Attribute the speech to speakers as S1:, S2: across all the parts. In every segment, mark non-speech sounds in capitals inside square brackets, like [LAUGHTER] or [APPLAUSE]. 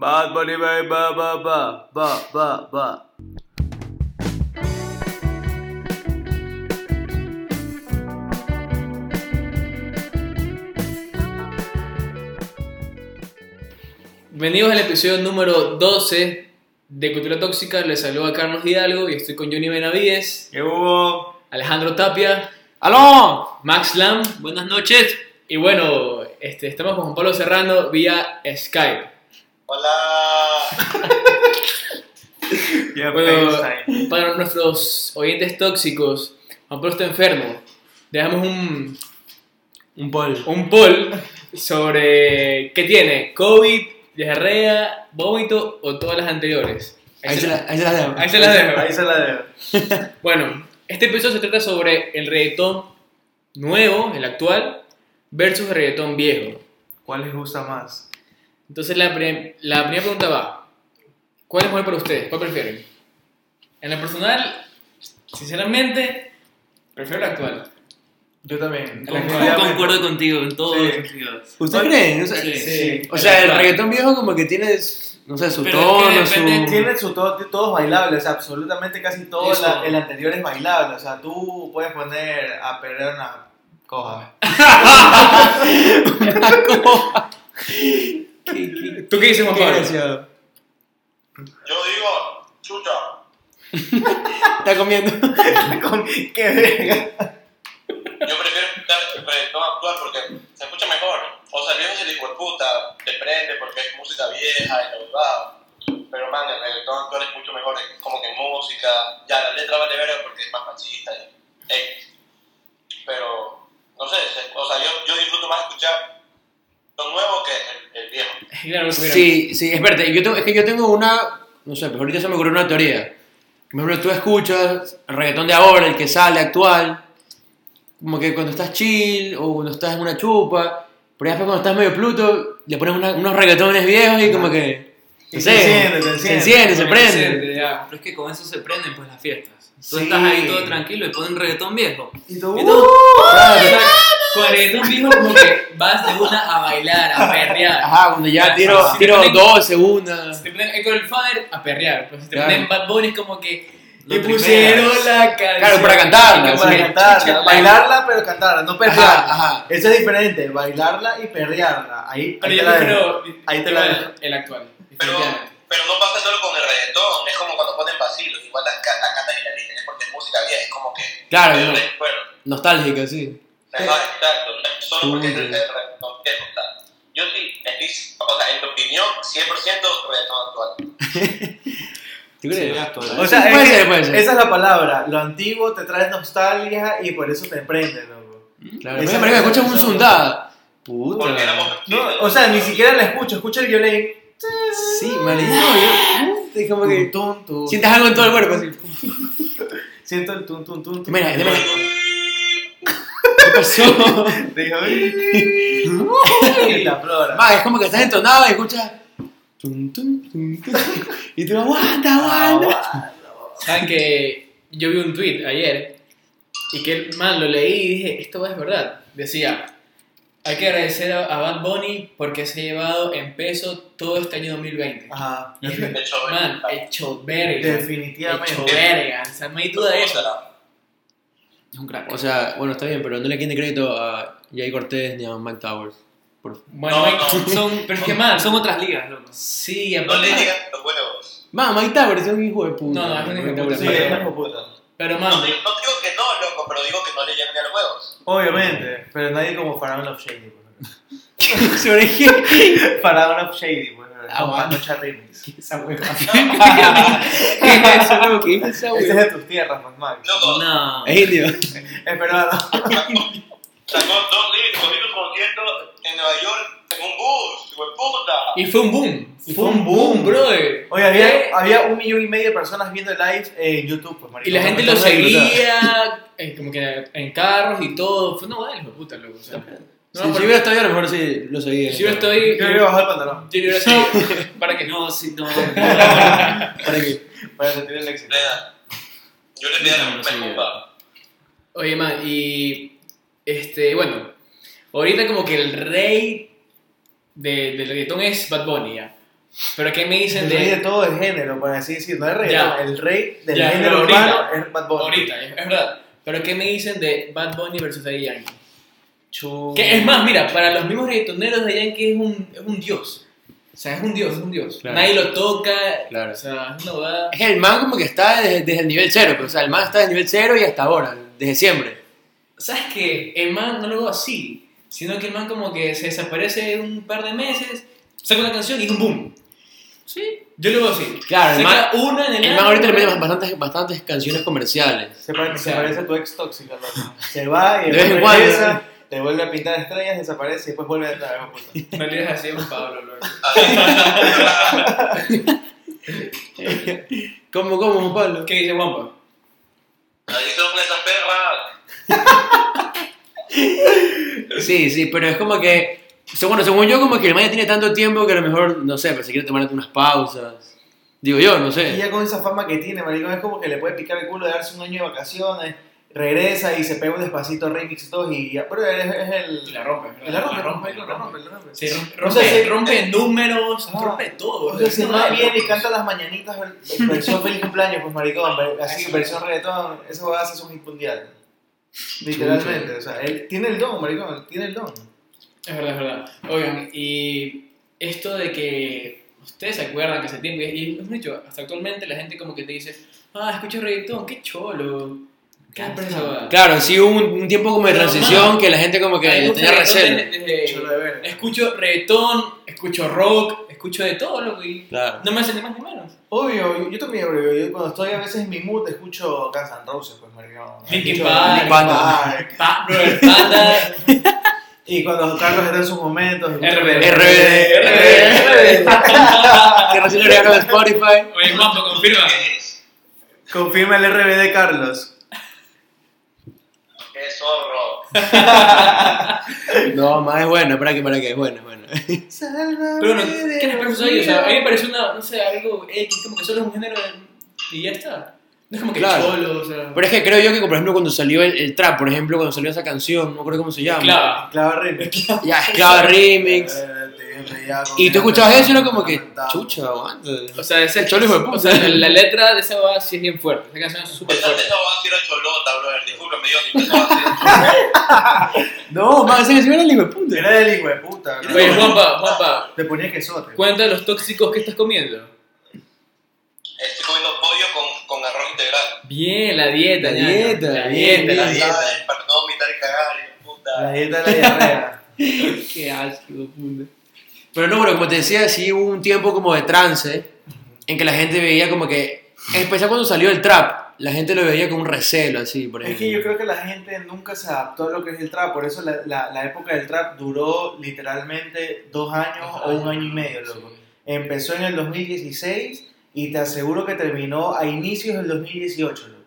S1: Bad Bunny, baby, ba, ba, ba, ba, ba, ba.
S2: Bienvenidos al episodio número 12 de Cultura Tóxica. Les saludo a Carlos Hidalgo y estoy con Johnny Benavides,
S1: ¿Qué hubo?
S2: Alejandro Tapia,
S3: ¡Aló!
S2: Max Lam.
S3: Buenas noches.
S2: Y bueno, este, estamos con Juan Pablo Serrano vía Skype.
S4: Hola.
S1: Yeah,
S2: Bueno,
S1: FaceTime.
S2: para nuestros oyentes tóxicos, Juan Pablo está enfermo. Dejamos un,
S3: Un bol.
S2: un poll sobre qué tiene, COVID, diarrea, vómito o todas las anteriores.
S3: Ahí se la- ahí se las dejo.
S2: ahí se las dejo.
S1: Ahí se la dejo.
S2: Bueno, este episodio se trata sobre el reggaetón nuevo, el actual, versus el reggaetón viejo.
S1: ¿Cuál les gusta más?
S2: Entonces la, pre- la primera pregunta va, ¿cuál es mejor para ustedes? ¿Cuál prefieren? En lo personal, sinceramente, prefiero el actual.
S1: Yo también.
S3: Definitivamente.
S1: Concuerdo
S3: Concuerdo
S1: contigo en
S3: todos los
S1: sentidos.
S3: ¿Ustedes creen? O sea,
S2: Sí,
S3: o sea, el
S2: actual.
S3: reggaetón viejo como que tiene, no sé, su
S5: Pero es
S3: tono,
S5: que depende-
S3: su...
S1: Tienen su todo, todos bailables, absolutamente casi todo
S2: Eso.
S1: la- el anterior es bailable. O sea, tú puedes poner a perder una coja.
S3: ¿Qué- qué-
S2: ¿Tú qué dices, Juan
S3: qué
S2: Pablo?
S3: gracioso.
S4: Yo digo, chucha.
S3: Está comiendo.
S1: [LAUGHS] Con- ¡Qué verga!
S4: Yo prefiero escuchar el reggaetón actual porque se escucha mejor. O sea, el viejo se le hijo de puta, te prende porque es música vieja y la verdad. Pero man, el reggaetón actual es mucho mejor, es como que música. Ya la letra vale verga porque es más machista y X. Pero, no sé, se- o sea, yo, yo disfruto más escuchar lo nuevo que el, el viejo.
S2: [LAUGHS] Claro,
S1: Pues
S2: mira.
S3: Sí, sí, espérate, yo tengo- es que yo tengo una, no sé, pero ahorita se me ocurrió una teoría. Por ejemplo, tú escuchas el reggaetón de ahora, el que sale actual, como que cuando estás chill o cuando estás en una chupa, pero después cuando estás medio pluto, le pones una- unos reggaetones viejos y como que...
S1: Y
S3: no
S1: se
S3: sé,
S1: enciende, se
S3: se
S1: enciende.
S3: enciende, se
S2: Bueno,
S3: prende.
S2: presente, ya.
S5: Pero es que con eso se prenden pues las fiestas. Tú
S1: Sí.
S5: estás ahí todo tranquilo y ponen reggaetón viejo.
S1: Y tú, uh,
S5: Y tú,
S3: Claro,
S5: o sea, con el reggaetón viejo como que vas de una a bailar, a perrear.
S3: Ajá, cuando ya tiro,
S5: Sí,
S3: tiro
S2: ponen-
S3: dos, segundas.
S2: Si te ponen Echo el Fire, a perrear. Pues si te
S3: Claro.
S2: ponen Bad Bunny, es como que...
S5: Lo
S2: le
S5: tripeas.
S2: pusieron la canción.
S3: Claro, para cantarla,
S2: Y
S1: para
S2: que
S3: sí.
S1: cantarla,
S2: chucha, la-
S1: bailarla pero cantarla, no perrearla.
S3: Ajá, ajá.
S1: Eso es diferente, bailarla y perrearla. Ahí,
S2: Pero
S1: ahí
S2: yo
S1: te la dejo.
S2: prefiero
S1: Ahí te la
S2: el-
S1: dejo.
S2: el actual.
S4: Pero,
S2: definitivamente.
S4: pero no pasa solo con el reggaetón, es como cuando ponen vacilos, igual las ca- las cantan y la dicen, es porque es música vieja, es como que.
S3: Claro,
S4: yo
S3: claro.
S4: recuerdo.
S3: Nostálgica, sí.
S4: Ajá, exacto, no es solo porque es el
S3: Ujú.
S4: el reggaetón viejo, o sea, Yo sí, estoy, o sea, en mi opinión, 100% reggaetón actual.
S3: ¿Tú crees?
S1: O sea,
S3: puede
S1: es que
S3: ser, puede ser.
S1: esa es la palabra. Lo antiguo te trae nostalgia y por eso te prende, loco.
S3: Claro,
S1: esa-
S3: pero me escuchas un
S1: esa-
S3: zundada. Puta.
S4: Porque éramos
S1: No,
S4: pequeños.
S1: o sea, ni siquiera la escucho, escucho el violín.
S3: Sí, marico, yo. Es como que.
S1: Tum, tum, tum.
S3: Sientes algo en todo el cuerpo, así.
S1: Siento el tum, tum, tum, tum.
S3: Mira, mira. ¿Qué [LAUGHS] pasó?
S1: Te digo,
S3: [LAUGHS]
S1: "Uy". la flora.
S3: Ma, Ah, es como que estás entonado y escuchas. tum, tum, tum, tum, Y tú aguanta, aguanta.
S2: Saben que yo vi un tweet ayer y que man lo leí y dije, esto es verdad. Decía, hay que agradecer a, a Bad Bunny porque se ha llevado en peso todo este año 2020.
S1: Ajá,
S4: De hecho,
S2: Man, hecho verga. Hecho
S1: definitivamente.
S2: verga. O sea, no hay duda de eso.
S5: Es un crack.
S3: O sea, bueno, está bien, pero no le quieren crédito a Jay Cortés ni a Mike Towers. Por...
S2: Bueno,
S4: No,
S2: man,
S4: no.
S2: son, pero es que man, son,
S5: son otras ligas, loco.
S2: sí,
S4: no le
S2: aparte.
S4: llegan los huevos.
S3: Ma, Mike Towers es un hijo de puta.
S2: No, no, es un hijo de
S3: Mike
S2: puta.
S3: Towers
S1: Sí,
S3: es
S1: es
S3: malo.
S1: más puta.
S2: Pero
S4: No,
S2: man,
S4: digo- no digo que no, loco, pero digo que no le llegan ni a los huevos.
S1: Obviamente, pero nadie como Faraón of Shady. pues.
S3: [LAUGHS] Sobre qué-
S1: [LAUGHS] Faraón of Shady, pues.
S3: Ah,
S1: con
S3: bueno.
S1: Panocha Remix.
S3: Esa hueva. ¿Qué
S2: [LAUGHS]
S3: es eso, Eh, loco? ¿Qué es
S1: Ese
S3: esa
S1: es
S3: hueva?
S1: de tus tierras, pues, Max.
S4: Loco,
S5: No.
S3: Es indio.
S1: Es peruano.
S4: sacó dos libros, dos libros conciertos en Nueva York en un bus, hijo de puta.
S2: y fue un boom.
S1: Y fue un boom.
S2: brother.
S1: Oye, había, había un millón y medio de personas viendo el live en YouTube, pues, marico.
S2: Y la gente
S3: no,
S2: lo
S3: no, no, no, no.
S2: seguía, eh, como que en carros y todo. Fue una boda de los puta, loco. O sea,
S3: Si
S2: no,
S3: yo
S2: pero-
S3: hubiera estado yo, a lo mejor sí lo seguía.
S2: si yo estoy.
S1: Yo le bajar el pantalón
S2: Yo le hubiera seguido. ¿Para que No,
S5: No, sí, no.
S3: ¿Para qué?
S1: para sentir el éxito.
S4: Plena. Yo le pedí a mi culpa.
S2: Oye, man, y. Este, bueno. Ahorita, como que el rey de- del reggaetón es Bad Bunny, ya. Pero ¿qué me dicen
S1: El rey de
S2: de
S1: todo el género, por así decirlo. No es rey,
S2: Ya.
S1: el rey del
S2: Ya,
S1: género
S2: pero ahorita,
S1: urbano es Bad Bunny.
S2: ahorita? Es verdad. Pero ¿qué me dicen de Bad Bunny versus Daddy Yankee?
S1: Chu-
S2: Que es más, mira, para los mismos reggaetoneros de Yankee es un, es un dios. O sea, es un dios, es un dios.
S3: Claro.
S2: Nadie lo toca.
S3: Claro.
S2: O sea, es una huevada.
S3: Es que el man como que está desde, desde el nivel cero, pues, o sea, el man está desde el nivel cero y hasta ahora, desde siempre.
S2: ¿Sabes qué? El man no lo veo así, sino que el man como que se desaparece un par de meses, saca una canción y es un boom. Sí. Yo lo veo así.
S3: Claro, el
S2: Saca una en el
S3: El man
S2: año,
S3: ahorita le mete
S2: pero-
S3: bastantes, bastantes canciones comerciales.
S1: Se, pare- se
S2: Ya.
S1: parece a tu ex tóxica, loco. Se va y
S3: De vez en
S1: después regresa,
S3: cuando.
S1: te vuelve a pintar estrellas, desaparece y después vuelve a traer puta.
S2: No le digas así a un Pablo, loco.
S1: [LAUGHS]
S3: ¿Cómo, cómo, Juan Pablo?
S2: ¿Qué dice Wampa?
S4: Ahí son esas perras.
S3: Sí, sí, pero es como que. se- Bueno, según yo, como que el man ya tiene tanto tiempo que a lo mejor, no sé, pero se quiere tomar unas pausas. Digo yo, no
S1: Y
S3: sé.
S1: ya con esa fama que tiene, maricón, es como que le puede picar el culo de darse un año de vacaciones, regresa y se pega un despacito remix y todo, y ya, pero es, es el...
S2: La rompe. ¿verdad?
S1: La rompe, rompe, la rompe, la rompe.
S2: Sí, rompe,
S1: O sea,
S2: rompe-
S1: sí.
S2: rompe números,
S1: Ah.
S2: rompe todo.
S1: O sea, si
S2: Es
S1: el
S2: una
S1: man
S2: locura.
S1: viene y canta las mañanitas, ver- [LAUGHS] versión feliz cumpleaños, pues maricón, ver- así, versión reggaetón, esa jugada hace un hit mundial. Literalmente, o sea, él tiene el don, maricón, tiene el don.
S2: Es verdad, es verdad. Oigan, y esto de que ustedes se acuerdan que hace tiempo, y hemos dicho, hasta actualmente la gente como que te dice, ah, escucho reggaetón, qué cholo. Qué empresa.
S3: Claro, sí hubo un, un tiempo como de
S2: Pero,
S3: transición
S2: man,
S3: que la gente como que le tenía recelo.
S1: Cholo de verga.
S2: Escucho reggaetón, escucho rock, escucho de todo, loco, y
S3: Claro.
S2: no me hace ni más ni menos.
S1: Obvio, yo, yo también, bro, yo cuando estoy a veces en mi mood escucho Guns N' Roses, pues, maricón.
S2: Linkin
S1: Escucho
S2: Park.
S1: Linkin Park.
S2: Pa, brother,
S3: [LAUGHS]
S2: panda,
S1: Y cuando Carlos está en sus [LAUGHS] momentos...
S2: RBD.
S3: RBD.
S1: RBD.
S3: Ah, Que recién lo agregaron a Spotify.
S2: Oye, Mambo, confirma.
S4: ¿Qué es?
S1: Confirma el RBD, Carlos.
S4: Qué zorro.
S3: No, más es bueno, para que, para que, es bueno, es bueno. [LAUGHS]
S2: Pero bueno, ¿qué les parece a ellos? O sea, a mí me parece una, no sé, algo X, como que solo es un género de- y ya está. No es como que
S3: Claro.
S2: cholo, o sea.
S3: Pero es que creo yo que, por ejemplo, cuando salió el, el trap, por ejemplo, cuando salió esa canción, no recuerdo cómo se llama.
S2: Clava.
S1: Clava Eh, remix.
S3: Ya, Esclava Remix. Y tú escuchabas eso y era como que, chucha, aguanta.
S2: O sea, ese
S3: El cholo hijo de puta.
S2: o sea, la, la letra de esa va sí es bien fuerte. Esa canción es súper
S4: Esa
S2: fuerte.
S4: esa va a ser a cholota, brother. Discúlpame, yo ni pensaba hacer cholota.
S3: No, más ese encima era el hijo de puta.
S1: Era del hijo de puta. bro.
S2: Oye, Juanpa, Juanpa,
S1: Te ponía quesote.
S2: cuenta los tóxicos que estás comiendo.
S4: Estoy comiendo pollo con, con arroz integral.
S2: Bien, la dieta,
S3: La
S2: ñaño.
S3: dieta,
S2: la
S3: bien,
S2: dieta.
S1: bien. dieta.
S4: ¿sabes? Para no vomitar y cagar, hijo de
S1: La
S4: puta.
S1: dieta de la diarrea.
S3: Qué asco, puta. Pero no, bueno, como te decía, sí hubo un tiempo como de trance en que la gente veía como que, especial cuando salió el trap, la gente lo veía con un recelo, así, por
S1: Es
S3: ejemplo.
S1: que yo creo que la gente nunca se adaptó a lo que es el trap, por eso la, la, la época del trap duró literalmente dos años o un año y medio, loco. Empezó en el 2016 y te aseguro que terminó a inicios del 2018, loco.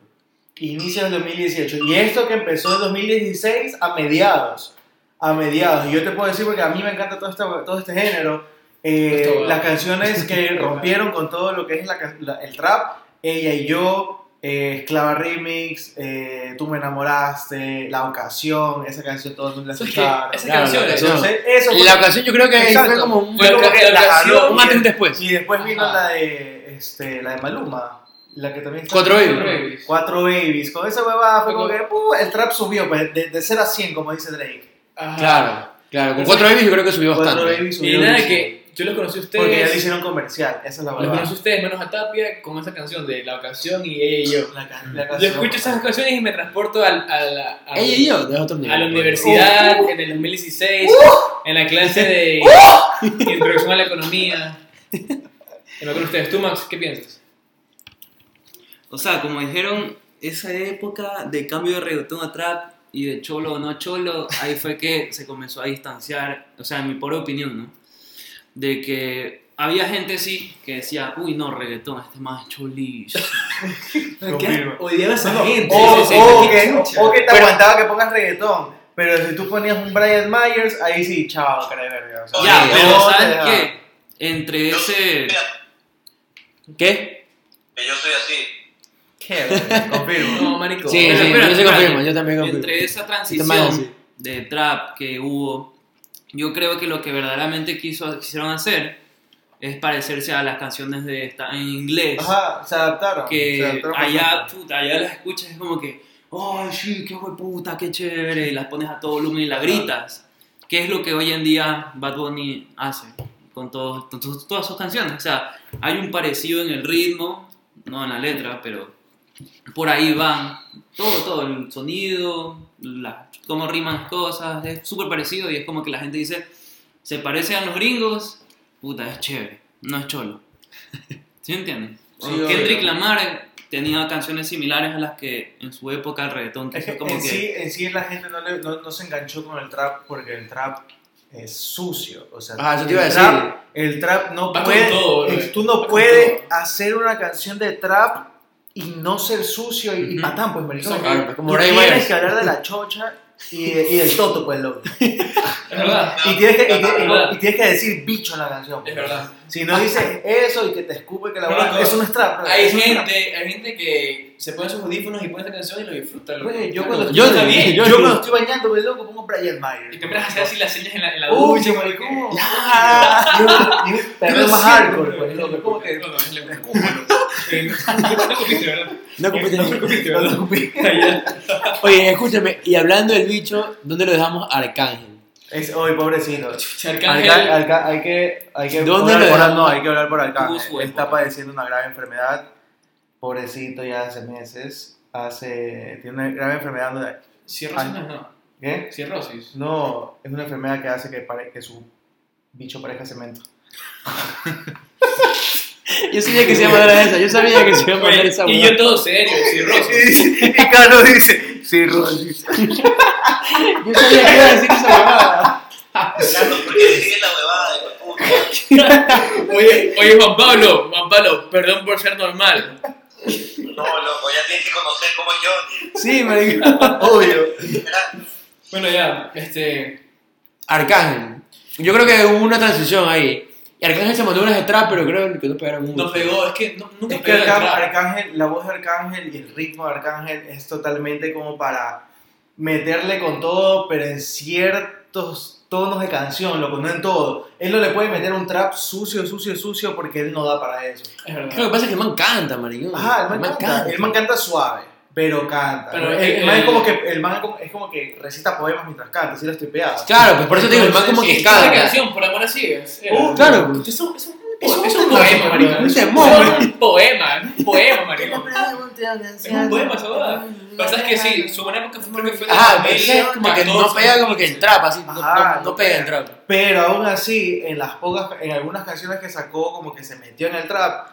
S1: Inicios del 2018. Y esto que empezó en 2016 a mediados. A mediados. Y yo te puedo decir porque a mí me encanta todo este, todo este género. eh,
S2: Esto va.
S1: las canciones que rompieron con todo lo que es la ca- la- el trap. Ella y yo, eh, Esclava Remix, eh, Tú me enamoraste, La Ocasión, esa canción todo el mundo la
S2: ¿Sabes
S1: escuchaba.
S2: qué? Esas
S3: Claro,
S2: canciones.
S3: la canción.
S1: Entonces, eso fue-
S3: La ocasión yo creo que ahí fue
S1: Exacto.
S3: como un,
S2: Fue
S1: como
S2: la-
S1: que
S2: la
S1: la
S2: canción
S1: jaló
S3: un antes y un
S1: y-
S3: después.
S1: Y después vino
S2: Ajá.
S1: la de, este, la de Maluma, la que también está...
S3: Cuatro
S2: Cuatro
S3: babies.
S2: babies.
S1: Cuatro Babies. Con esa huevada
S2: Fue
S1: fue como que ¡pum! el trap subió pues, de, de 0 a 100, como dice Drake.
S2: Ajá.
S3: Claro, claro. Con cuatro babies yo creo que subió
S1: Cuatro
S3: bastante.
S1: Babies subió.
S2: Y nada,
S1: durísimo.
S2: que yo los conocí a ustedes.
S1: Porque ya le hicieron comercial, esa es la
S2: Los
S1: huevada.
S2: conocí a ustedes, menos a Tapia, con esa canción de La Ocasión y Ella y Yo.
S1: La can- la
S2: Yo
S1: canción. Oh,
S2: escucho esas canciones y me transporto al, a la, a-
S3: Ella y yo, de otro nivel.
S2: a la universidad en el 2016, en la clase de introducción a la economía. Y me acuerdo ustedes, tú Max, ¿qué piensas?
S5: O sea, como dijeron, esa época de cambio de reggaetón a trap y de cholo o no cholo, ahí fue que se comenzó a distanciar, o sea, en mi pobre opinión, ¿no? De que había gente, sí, que decía, uy, no, reggaetón, este más cholis.
S1: Confirmo.
S2: Odiaba a esa gente.
S1: O,
S2: Sí, sí, sí.
S1: o oh, que, o que te aguantaba que pongas reggaetón. Pero si tú ponías un Brian Myers, ahí sí, chao, cara de verga. o sea,
S5: ya,
S1: no
S5: pero
S1: te
S5: ¿sabes
S1: dejaba.
S5: qué? Entre
S4: Yo-
S5: ese...
S4: Mira,
S3: ¿Qué?
S4: que yo soy así.
S1: ¿Qué? verga? Confirmo.
S2: No, marico.
S3: Sí,
S5: Pero
S3: sí,
S5: espera,
S3: yo se
S5: espera,
S3: confirmo, yo también confirmo.
S5: Entre esa
S3: Este man así.
S5: transición de trap que hubo, yo creo que lo que verdaderamente quiso, quisieron hacer es parecerse a las canciones de esta, en inglés.
S1: Ajá, se adaptaron. se
S5: que
S1: adaptaron
S5: allá,
S1: bastante.
S5: puta, allá las escuchas es como que, oh, sí, qué puta, qué chévere, y las pones a todo volumen y las gritas. Que es lo que hoy en día Bad Bunny hace con, todos con to- todas sus canciones? O sea, hay un parecido en el ritmo, no en la letra, pero por ahí van todo, todo, el sonido, la, cómo riman las cosas, es súper parecido y es como que la gente dice, se parece a los gringos, puta, es chévere, no
S1: [LAUGHS]
S5: es cholo. ¿Sí me entiendes?
S1: Sí,
S5: Kendrick
S1: obvio.
S5: Lamar tenía canciones similares a las que en su época el reggaetón, que
S1: Es que
S5: fue como
S1: Eh, en,
S5: que...
S1: Sí, en sí la gente no, le- no- no se enganchó con el trap porque el trap es sucio. O sea,
S3: Ah, eso te iba a
S1: el
S3: decir.
S1: trap, el trap no
S2: Va con
S1: puede. eh,
S2: todo, bro.
S1: tú no
S2: Va con
S1: puedes hacer una canción de trap y no ser sucio y, y
S5: Ujú.
S1: patán, pues, maricón.
S2: Exacto.
S3: Claro, pues,
S1: Tú
S3: como Ray
S1: tienes
S3: Myers.
S1: que hablar de la chocha y, de- y del toto, pues, loco.
S2: Es verdad.
S1: Y tienes, que, y,
S4: No, no,
S1: tienes-
S2: no.
S1: y tienes que decir bicho en la canción.
S2: Es
S1: pues.
S2: verdad.
S1: Si no dices eso y que te escupe que la
S2: Bueno,
S1: verdad,
S2: no.
S1: eso no es trap. bro.
S2: Hay
S1: Eso no es trap.
S2: gente, hay gente que se pone sus audífonos y pone esta canción y lo disfruta. loco.
S1: Güey, Pues, yo cuando
S3: Yo
S1: estoy-
S3: también,
S1: yo
S3: yo-
S1: cuando estoy bañando, güey, loco, pongo Brian Myers. pues.
S2: Y te empiezas a hacer así las señas en la, en la
S1: Uy,
S2: ducha.
S1: maricón.
S2: como que-
S1: Ya. Y un perro más hardcore, pues, loco, es como que.
S2: No, no, es la- Sí. [LAUGHS] No cupiste, ¿verdad?
S3: No compite.
S2: No cupiste, ¿verdad?
S3: Oye, escúchame, y hablando del bicho, ¿dónde lo dejamos a Arcángel?
S1: Es hoy, pobrecito.
S2: Arcángel.
S1: Alca- alca- hay que, hay que
S3: ¿Dónde
S1: hablar
S3: lo
S1: por,
S3: dejan?
S1: no, hay que hablar por
S5: Tuvo
S1: Arcángel.
S5: su
S1: Él
S5: época.
S1: está padeciendo una grave enfermedad. Pobrecito, ya hace meses. Hace, tiene una grave enfermedad. donde-
S2: Cirrosis no, no.
S1: ¿Qué?
S2: Cirrosis.
S1: No, es una enfermedad que hace que, pare- que su bicho parezca cemento.
S3: Yo sabía que se iba a mandar a esa, yo sabía que se iba a mandar a esa
S2: Y
S3: huevada.
S2: yo todo serio, cirrosis.
S1: [LAUGHS] y Carlos dice, sí,
S3: [LAUGHS]
S1: Rosis.
S3: Yo sabía que iba a decir esa huevada.
S4: Carlos, ¿por qué sigues la huevada de puta?
S2: Oye, oye, Juan Pablo, Juan Pablo, perdón por ser normal.
S4: No, loco, ya tienes que conocer cómo es Johnny.
S3: Sí, marico.
S1: Obvio.
S4: ¿verdad?
S2: Bueno, ya, este.
S3: Arcángel. Yo creo que hubo una transición ahí. Y Arcángel se mandó unas de trap, pero creo que no pegaron mucho.
S2: No pegó, es que no, nunca
S1: Es que
S2: pegó el
S1: Arca-
S2: trap.
S1: Arcángel, la voz de Arcángel y el ritmo de Arcángel es totalmente como para meterle con todo, pero en ciertos tonos de canción, loco, no en todo. Él no le puede meter un trap sucio, sucio, sucio, porque él no da para eso.
S2: Es
S3: Es que Lo
S2: verdad.
S3: que pasa es que el man canta, marico.
S1: Ajá, el man, canta. El man canta suave, pero canta.
S2: Pero
S1: el,
S2: el-
S1: el man es como que,
S2: el-
S1: el man es como- es como que recita poemas mientras canta, si lo estoy pegado.
S3: Claro, pues por eso te digo, el man como
S2: Sí,
S3: que
S2: es una
S3: canta.
S2: canción, por amor así es.
S3: Uh, claro, pues.
S2: Es un, es un,
S1: Es un
S2: es un
S1: temazo,
S2: poema, marico.
S3: un
S2: Es
S3: temón,
S2: un poema, es un poema, marico. Es un poema, esa boda. Pasa es que sí, su buena época fue creo que fue de
S3: Ajá, pero es
S2: 2014.
S3: como que no pega como que el trap, así. no-
S1: Ajá,
S3: no, no pega el trap.
S1: Pero aún así, en las pocas, en algunas canciones que sacó, como que se metió en el trap,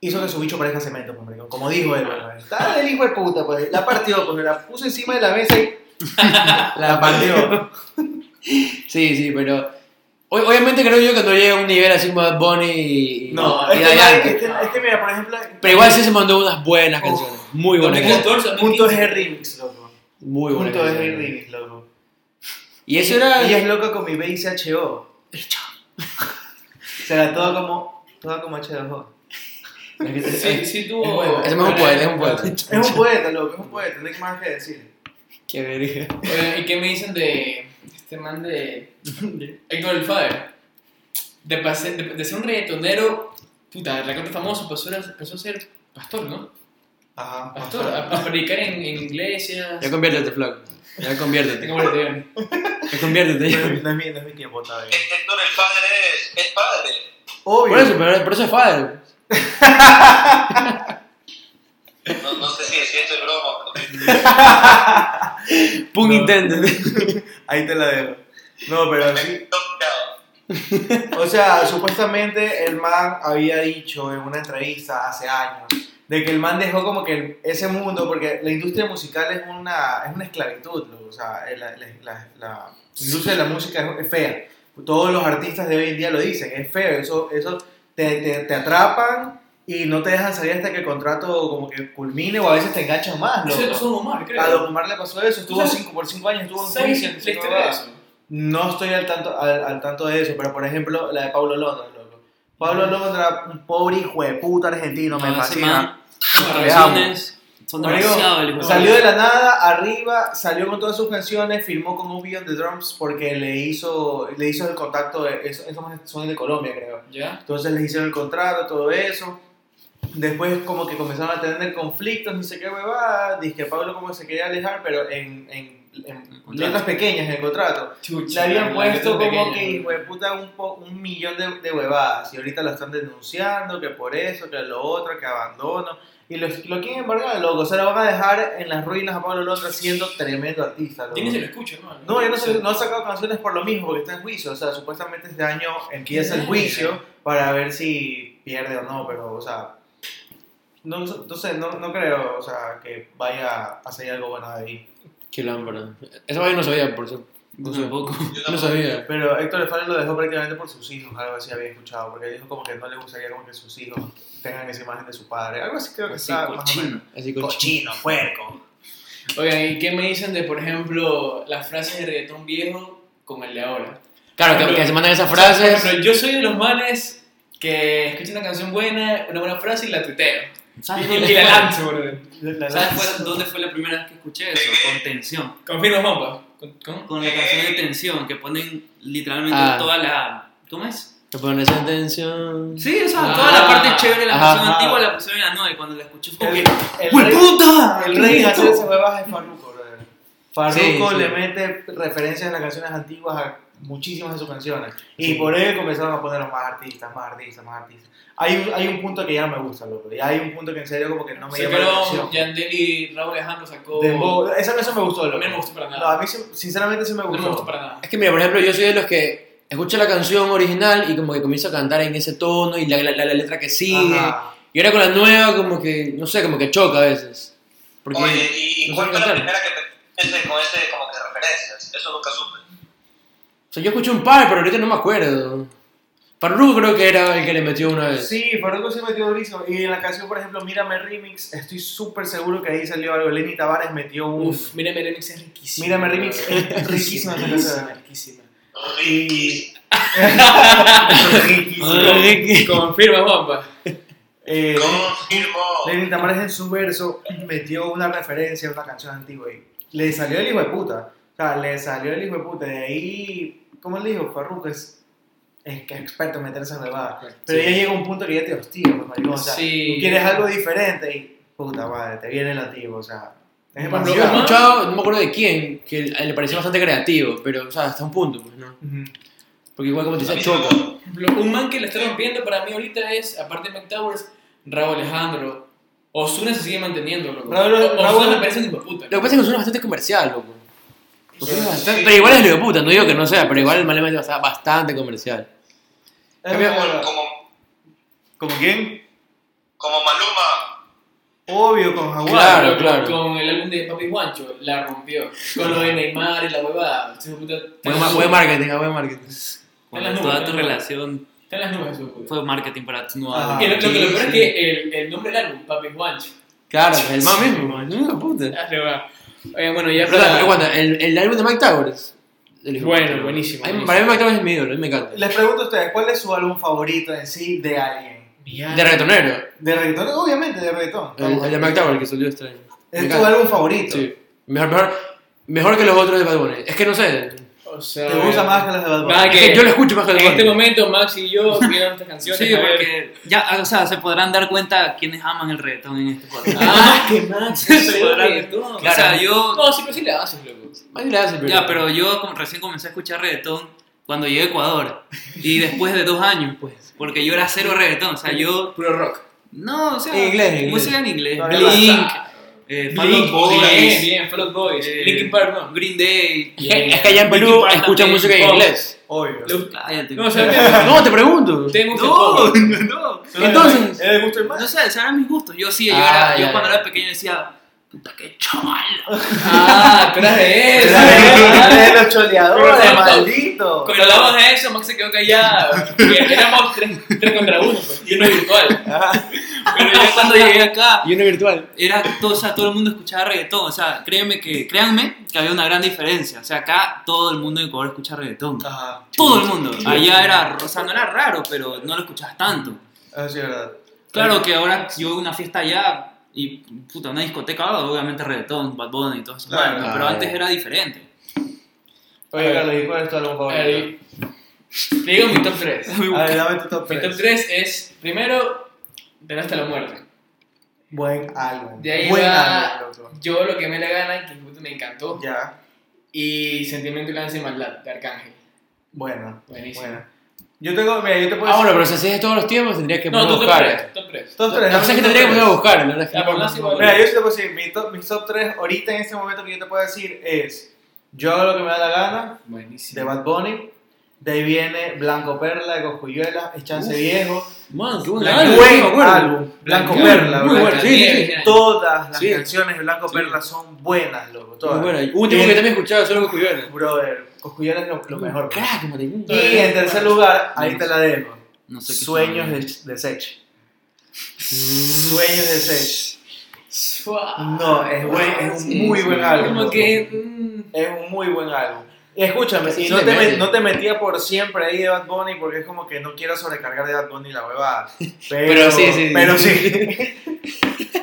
S1: hizo que su bicho parezca cemento, pues, marico. como dijo él. pues, Está del hijo de puta, pues. La partió, pues, la puso encima de la mesa y la [LAUGHS] partió.
S3: Sí, sí, pero. o- Obviamente creo yo que no llega a un nivel así como Bad Bunny y.
S1: No, es
S3: y
S1: que,
S3: Daddy
S1: mira,
S3: Yankee.
S1: es que- es que mira, por ejemplo,
S3: Pero igual sí se mandó unas buenas
S1: Uf,
S3: canciones. Muy buenas canciones.
S2: 2014, 2015.
S1: punto G remix, loco.
S3: Muy buenas
S1: Punto G
S3: canciones.
S1: remix, loco.
S3: Y eso era.
S1: Ella
S3: [LAUGHS]
S1: es loca con mi base HO. [LAUGHS] Será todo como, todo como H2O.
S2: Sí, sí tuvo.
S1: Es bueno,
S3: Es un poeta, [LAUGHS] es un poeta.
S1: Es un poeta, loco, es un poeta, no hay más que decir.
S3: Qué verga.
S2: Oigan, Eh, ¿y qué me dicen de este man
S3: [LAUGHS]
S2: de Héctor el Father? De, pase- de, de ser un reggaetonero, puta, la corte famoso, pasó a, pasó a ser pastor, ¿no?
S1: Ajá.
S2: Pastor, a, a predicar en, en iglesias.
S3: Ya conviértete, Flock. Ya [LAUGHS] conviértete.
S2: ¿Cómo le digan?
S3: Ya conviértete.
S1: No,
S3: ya.
S1: es- no es mi, no es mi tiempo todavía.
S4: Héctor, el padre es, es padre.
S1: Obvio.
S3: Por eso, pero por eso es padre.
S4: No, no sé si decía esto es broma.
S3: Pun
S1: No.
S3: intento.
S1: [LAUGHS] Ahí te la dejo. No, pero sí.
S4: Tocado.
S1: O sea, supuestamente el man había dicho en una entrevista hace años de que el man dejó como que ese mundo, porque la industria musical es una, es una esclavitud, loco. o sea, la, la- la- la industria de la música es, es fea. Todos los artistas de hoy en día lo dicen, es feo, eso, eso te, te, te atrapan y no te dejan salir hasta que el contrato como que culmine o a veces te enganchan más,
S2: Eso
S1: loco.
S2: es un humor, creo.
S1: A Don Omar le pasó eso, estuvo
S2: ¿Sabes?
S1: cinco, por 5 años, estuvo en
S2: ¿Sabes
S1: juicio. no
S2: la
S1: sé qué
S2: historia de
S1: huevada.
S2: eso?
S1: No estoy al tanto, al, al tanto de eso, pero por ejemplo, la de Pablo Londra, loco. Pablo Londra, un pobre hijo de puta argentino, me
S5: No, ese
S1: fascina.
S5: man, sus
S1: Te amo.
S5: canciones, Son
S1: Marico,
S5: demasiado hijos de
S1: Salió de
S5: puta.
S1: la nada, arriba, salió con todas sus canciones, firmó con Ubi on the Drums porque le hizo, le hizo el contacto, de, esos esos manes son de Colombia creo.
S2: ¿Ya?
S1: Entonces les hicieron el contrato, todo eso. Después como que comenzaron a tener conflictos, ni sé qué huevada. Dice que Pablo como que se quería alejar, pero en, en, en
S5: contrato.
S1: letras pequeñas en el contrato. Le
S2: Chucha,
S1: habían
S2: la
S1: puesto
S2: letra
S1: como
S2: pequeña.
S1: que hijo de puta un, po- un millón de, de huevadas. Y ahorita lo están denunciando, que por eso, que lo otro, que abandono. Y los, lo quieren embargar, loco. O sea, lo van a dejar en las ruinas a Pablo Londra siendo tremendo artista. loco.
S2: Dime si lo escucho, hermano.
S1: No, ya no, se- no ha sacado canciones por lo mismo, porque está en juicio. O sea, supuestamente este año empieza el
S2: Verga.
S1: juicio para ver si pierde o no, pero, o sea. No, no sé, no, no creo, o sea, que vaya a salir algo bueno de ahí.
S3: Qué lámpara. Esa vaina no sabía, por eso. No,
S5: Yo
S1: [LAUGHS]
S3: sé.
S5: tampoco.
S4: Yo
S3: no
S4: tampoco.
S3: sabía.
S1: Pero Héctor Lefano lo dejó prácticamente por sus hijos, algo así había escuchado, porque dijo como que no le gustaría como que sus hijos tengan esa imagen de su padre. Algo así creo que
S5: Así,
S1: está más o
S5: Pues cochino.
S3: Así
S1: menos.
S3: con
S1: Cochino, puerco.
S2: Oigan, ¿y qué me dicen de, por ejemplo, las frases de reggaetón viejo con el de ahora?
S3: Claro, que, que se mandan esas
S2: O sea, por
S3: frases.
S2: ejemplo, yo soy de los manes que escucho una canción buena, una buena frase y la tuiteo.
S1: Ah.
S5: ¿Sabes
S2: Y,
S5: dónde
S2: y la
S5: fue?
S2: lanzo, bro.
S1: La- la-
S5: ¿Sabes fue- dónde fue la primera vez que escuché eso? Con tensión.
S2: Confirmo, Juanpa. ¿Con, con?
S5: Con la canción de tensión que ponen literalmente
S3: Ah.
S5: toda la. ¿Cómo es?
S3: Te pones en tensión.
S5: Sí, o sea,
S2: Ah.
S5: toda la parte chévere de la
S3: Ajá.
S5: canción antigua la pusieron en la nueva y cuando la escuché fue como
S1: El,
S5: que.
S1: el
S5: ¡Hue
S1: rey-
S5: puta!
S1: [LAUGHS] El
S5: ¿Qué
S1: rey de
S5: es esto?
S1: hacer esas huevas es Farruko, brother. Farruko
S3: Sí, sí.
S1: le mete referencias a las canciones antiguas a muchísimas de sus canciones. Y por ello comenzaron a poner a más artistas, más artistas, más artistas. Hay un, hay un punto que ya no me gusta, loco. Y hay un punto que en serio como que no me
S2: Se
S1: llama la
S2: quedó
S1: atención.
S2: Yandel y Raúl Alejandro sacó...
S1: Dembow- Esa canción me gustó,
S2: A
S1: loco.
S2: mí no me gustó para
S1: No,
S2: nada.
S1: a mí sí- sinceramente sí me
S2: No, me gustó
S1: gustó.
S2: para nada.
S3: Es que mira, por ejemplo, yo soy de los que escucha la canción original y como que comienza a cantar en ese tono y la, la- la- la letra que sigue.
S1: Ajá.
S3: Y ahora con la nueva como que, no sé, como que choca a veces. Porque
S4: Oye, ¿y, y
S3: no
S4: cuál
S3: sé
S4: fue la
S3: cantar.
S4: primera que te ese, con ese como que referencias? Eso nunca supe.
S3: O sea, yo escuché un par, pero ahorita no me acuerdo. Farru creo que era el que le metió una vez.
S1: eh, Sí, Farruko sí metió durísimo. Y en la canción, por ejemplo, Mírame Remix, estoy súper seguro que ahí salió algo. Lenny Tavares metió un...
S2: Uf, Mírame Remix es riquísimo.
S1: Mírame Remix
S2: [LAUGHS]
S1: es riquísima esa canción.
S2: riquísima.
S1: Y-
S3: Ah,
S1: Riquísimo.
S3: Ricky.
S2: Confirma, Juanpa.
S1: Eh,
S4: Confirmo.
S1: Lenny Tamares en su verso metió una referencia a una canción antigua y le salió el hijo de puta. O sea, le salió el hijo de puta. De ahí, ¿cómo le dijo? Farruko es, es que es experto en meterse en huevada. Pero ya llega un punto que ya te hostiga, pues, maricón. O sea,
S2: Sí.
S1: tú quieres algo diferente y puta madre, te viene el antiguo. O sea, es
S2: Más
S3: Yo he
S1: demasiado.
S2: loco,
S3: escuchado, no me acuerdo de quién, que le pareció bastante creativo, pero, o sea, hasta un punto, pues, ¿no?
S1: Ujú.
S3: Porque igual como te
S4: A
S3: decía,
S4: mí
S3: choca.
S4: no-
S2: Lo- Un man que la está rompiendo para mí ahorita es, aparte de McTowers, Raúl Alejandro. Osuna se sigue manteniendo, loco.
S1: Raúl-
S2: O- Osuna
S1: Raúl-
S2: me parece un hijo de puta.
S3: Lo que pasa es que Ozuna es bastante comercial, loco. Ozuna es
S1: Sí.
S3: bastante- Pero igual es el hijo de puta, no digo que no sea, pero igual el Malema es bastante comercial.
S1: Es
S4: como,
S1: verdad.
S4: como,
S1: ¿Como quién?
S4: como Maluma.
S1: Obvio, con Jaguar.
S3: Claro,
S2: Con-
S3: claro.
S2: Con el álbum de Papi Juancho, la rompió. Con lo de Neymar y la huevada. Ese hijo de puta-
S3: Buen, ma- buen marketing, ah, buen marketing.
S2: Está en las
S5: Cuando toda
S2: nubes,
S5: tu
S2: está en las
S5: relación
S2: nubes. Está en las nubes, hijo de puta.
S5: fue marketing para tu nueva.
S1: Ah,
S2: Que lo, lo que lo peor
S1: sí,
S2: es que el, el nombre del álbum, Papi Juancho.
S3: Claro, es el más mismo, es un hijo de puta.
S2: Ah, se va. Oigan, bueno, ya
S3: Pero,
S2: para-
S3: pero aguanta, el, el álbum de Mike Towers. el hijo de
S2: Bueno,
S3: puta.
S2: buenísimo,
S3: A mí-
S2: buenísimo.
S3: Para mí Mike Towers es mi ídolo, a mí me encanta.
S1: Les pregunto a ustedes, ¿cuál es su álbum favorito en sí de alguien?
S3: De reggaetonero,
S1: De reggaetón, obviamente, de reggaetón.
S3: el, el de Mike Towers que salió este año. Me
S1: Es tu
S3: encanta.
S1: álbum favorito.
S3: Sí, mejor, mejor, mejor que los otros de Bad Bunny. Es que no sé,
S2: O sea,
S1: Te gusta más que las de Bad Bunny.
S2: Nada
S3: es que yo lo escucho más que
S2: En
S3: los
S2: este
S3: otros.
S2: momento, Max y yo vieron estas canciones.
S5: Sí,
S2: a ver.
S5: porque ya, o sea, se podrán dar cuenta quienes aman el reggaetón en este podcast.
S2: Ah, que [LAUGHS] Max,
S5: Sí,
S2: se podrá
S5: porque-
S2: todo.
S5: [LAUGHS] O sea, yo
S2: No, sí, pero sí le haces, loco.
S3: Ay, gracias, pero...
S5: Ya, pero yo como recién comencé a escuchar reggaetón cuando llegué a Ecuador. Y después de dos años, pues. Porque yo era cero reggaetón. O sea, yo.
S2: Puro rock.
S5: No, o sea.
S3: En inglés, en
S5: música en inglés.
S1: No,
S5: Blink. Eh, Fall Out Boy,
S2: Bien, bien, Fall Out Boys.
S5: eh,
S2: Linkin Park, no.
S5: Green Day.
S3: Es que- es que allá en
S5: Linkin
S3: Perú
S5: Park
S3: escuchan
S5: también,
S3: música en
S5: pop.
S3: inglés.
S1: Obvio.
S2: Lo-
S5: Cállate.
S2: No, o sea,
S3: No, te pregunto.
S2: te gusta el
S5: no,
S2: pop.
S5: no.
S3: Entonces-
S1: ¿Era el gusto del
S5: No
S1: más?
S5: sé, esos eran mis gustos. Yo sí, yo,
S3: Ah,
S5: era- yo
S3: ya,
S5: cuando
S3: ya.
S5: era pequeño decía, puta, qué
S3: [LAUGHS]
S5: chaval.
S2: Ah, tú eras de eso.
S1: Era de los choleadores,
S2: Pero-
S1: maldito.
S2: Cuando hablamos de eso, Max se quedó callado. Porque Éramos tres, tres contra uno, pues. Y uno virtual.
S5: Pero ya cuando llegué acá,
S3: Y uno virtual.
S5: era todo, o sea, todo el mundo escuchaba reggaetón, o sea, créanme que, créanme que había una gran diferencia, o sea, acá todo el mundo en Ecuador escucha reggaetón,
S1: Ajá.
S5: todo el mundo, allá era, o sea, no era raro, pero no lo escuchabas tanto.
S1: Eso sí es verdad.
S5: Claro que ahora yo voy a una fiesta allá, Y puta, una discoteca, ah, obviamente reggaetón, Bad Bunny y todo eso.
S1: Claro,
S5: Bueno,
S3: claro.
S5: pero antes era diferente.
S1: Oye, Carlos, ¿y cuál es tu álbum favorito?
S2: Ahí. Te digo mi top 3.
S1: A ver, dame tu top
S2: Mi top
S1: 3.
S2: 3 es, primero, De hasta la muerte.
S1: Buen álbum.
S2: De ahí
S1: Buen
S2: va-
S1: álbum, loco.
S2: Yo lo que me la gana, que justo me encantó.
S1: Ya,
S2: Y Sentimiento y Lanza y Maldad, de Arcángel.
S1: bueno.
S2: Buenísimo.
S1: Bueno. Yo tengo, mira, yo te puedo
S3: Ah, bueno,
S1: decir-
S3: pero si haces todos los tiempos tendrías que
S2: No,
S3: poner a
S2: tu top
S3: buscar.
S2: 3. Top 3.
S1: Top tres,
S3: La cosa es
S1: dame tu top
S3: que tendrías que poner a
S1: tres.
S3: buscar, la verdad es que
S2: Ya,
S3: no.
S2: por más igual.
S1: Mira, yo sí te puedo decir, mi top, mis top 3 ahorita en este momento que yo te puedo decir es Yo hago lo que me da la gana, de
S2: Buenísimo.
S1: Bad Bunny, de ahí viene Blanco Perla de Coscuyuela, Es Chance Viejo,
S3: Man, qué
S2: La-
S3: álbum,
S1: buen
S3: me acuerdo.
S1: álbum, Blanco
S2: Muy
S1: Perla,
S3: bueno,
S1: bro.
S3: bueno, sí, sí, sí.
S1: Todas las
S3: Sí.
S1: canciones de Blanco
S2: Sí.
S1: Perla son buenas, loco,
S3: Muy
S1: todas.
S3: buena. Hubo un tiempo
S1: Y-
S3: que también escuchaba solo con Cuyuela.
S1: Brother, Coscuyuela es lo, lo mejor. bro.
S3: Crack, maricón.
S2: Todo
S1: Y
S2: bien,
S1: en tercer
S2: bueno.
S1: lugar, ahí te la dejo.
S5: No sé qué
S1: Sueños
S5: fue.
S1: de, de Sech. Sueños de Sech.
S2: Suave.
S1: No, es, buen, es un muy buen álbum.
S2: Como
S1: loco.
S2: que. mm,
S1: Es un muy buen álbum. Y escúchame,
S3: Sí,
S1: y no
S3: le
S1: te, met-
S3: mete.
S1: no te metía por siempre ahí de Bad Bunny porque es como que no quiero sobrecargar de Bad Bunny la huevada. Pero,
S3: Pero sí, sí, sí.
S1: Pero sí.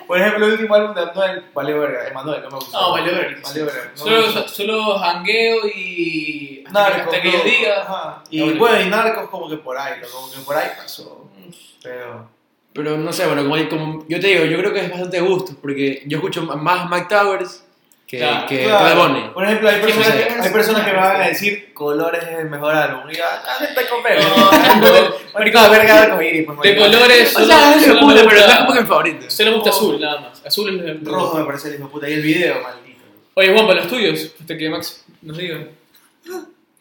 S1: por ejemplo, el último álbum de Anuel, vale verga, Emanuel, no me gustó.
S2: No, vale, verga.
S1: Vale verga, no me gustó.
S2: Solo, solo jangueo y. Hasta, que-
S1: Narcos,
S2: hasta que yo
S1: loco,
S2: diga.
S1: ajá. Y
S2: No, vale.
S1: bueno, y Narcos como que por ahí, loco, como que por ahí pasó. Pero...
S3: Pero no sé, bueno, como, como yo te digo, yo creo que es bastante gusto, porque yo escucho más Mike Towers que,
S2: Claro,
S3: que
S1: Claro.
S3: Bad Bunny.
S1: Por ejemplo, hay
S2: Sí,
S1: personas,
S2: sí.
S1: que, hay personas que me van a decir Colores es el mejor álbum. Y yo, ah, vete con verga.
S2: No, no.
S1: Marico, de verga con Iris, pues,
S2: De
S1: marico.
S2: colores,
S3: O
S2: solo,
S3: sea, es
S2: solo
S3: de puta,
S2: me
S3: pero no es
S2: gusta,
S3: como que mi favorito.
S2: solo me gusta azul, nada más. Azul es el
S1: Rojo me parece el hijo de puta. Y el video, maldito.
S2: Oye, Juan, para los tuyos, hasta que Max nos diga.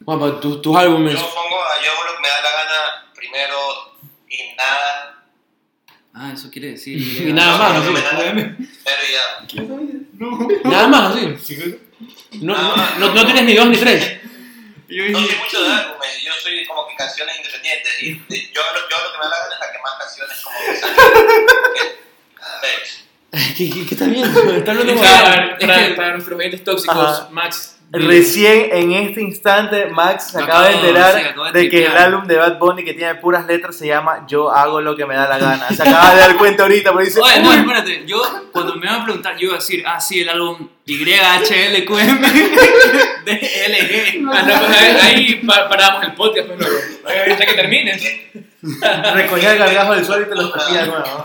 S3: Bueno, pero tus, tus álbumes.
S4: Yo pongo a Yo hago lo que me da la gana primero y nada.
S5: Ah, eso quiere decir.
S3: [LAUGHS] Y nada más,
S4: Yo hago lo que
S3: así.
S4: me da la gana Primero y ya.
S3: Nada más, así. No,
S4: Ah.
S3: no, no tienes ni dos ni tres.
S4: No soy mucho de álbumes, yo soy como que canciones independientes. Y de- yo, lo- yo lo que me da la gana es la que más canciones como que salen. Que-
S3: ¿Qué, qué, qué estás viendo? Estás [LAUGHS] hablando como-
S2: Para,
S5: es
S2: para-
S5: que-
S2: para nuestros oyentes tóxicos,
S1: Ajá.
S2: Max. di-
S1: Recién en este instante, Max se
S5: Me
S1: acaba de
S5: acabo-
S1: enterar
S5: sí, acabo de
S1: de que el
S5: tripear.
S1: álbum de Bad Bunny que tiene puras letras se llama Yo hago lo que me da la gana. Se acaba de dar cuenta ahorita, pero dice.
S5: Oye, no,
S1: "Uy".
S5: espérate. Yo, cuando me van a preguntar, yo iba a decir, ah, sí, el álbum YHLQM DLG.
S2: Ah, no, pues, ahí- ahí pa- paramos el podcast, pues, loco. Ahorita que termine.
S1: Recogía el gargajo del suelo y te lo escupía de
S5: [LAUGHS]
S1: nuevo.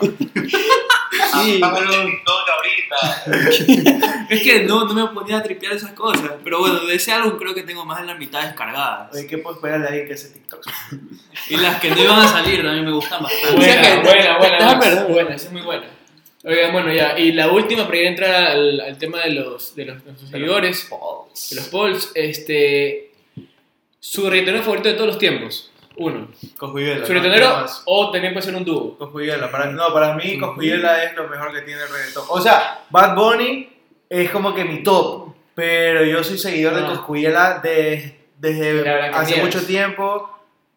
S3: Sí,
S4: Ah, vamos a hacer TikTok ahorita.
S5: [LAUGHS] Es que no, no me ponía a tripear esas cosas. Pero bueno, de ese álbum creo que tengo más de la mitad descargadas.
S1: Oye, ¿qué puedo esperar de ahí que ese TikTok?
S5: Y las que no iban a salir también me gustan bastante.
S3: sea
S2: Buena,
S3: que-
S2: buena, buena.
S3: Déjame
S2: Max.
S3: ver.
S2: Buena, esa es muy buena. Oigan, bueno, ya. Y la última, para ir a entrar al, al tema de los, de los, de nuestros seguidores, de los polls, este. Su reggaetonero favorito de todos los tiempos. Uno.
S1: Con Cujuyela.
S2: Su reggaetonero, o también puede ser un dúo.
S1: Coscuyuela, para, no, para mí Coscuyuela es lo mejor que tiene el reggaetón. O sea, Bad Bunny es como que mi top, pero yo soy seguidor de
S2: Ah.
S1: Coscuyuela de- desde
S2: La verdad que
S1: hace
S2: sí
S1: mucho
S2: eres.
S1: tiempo,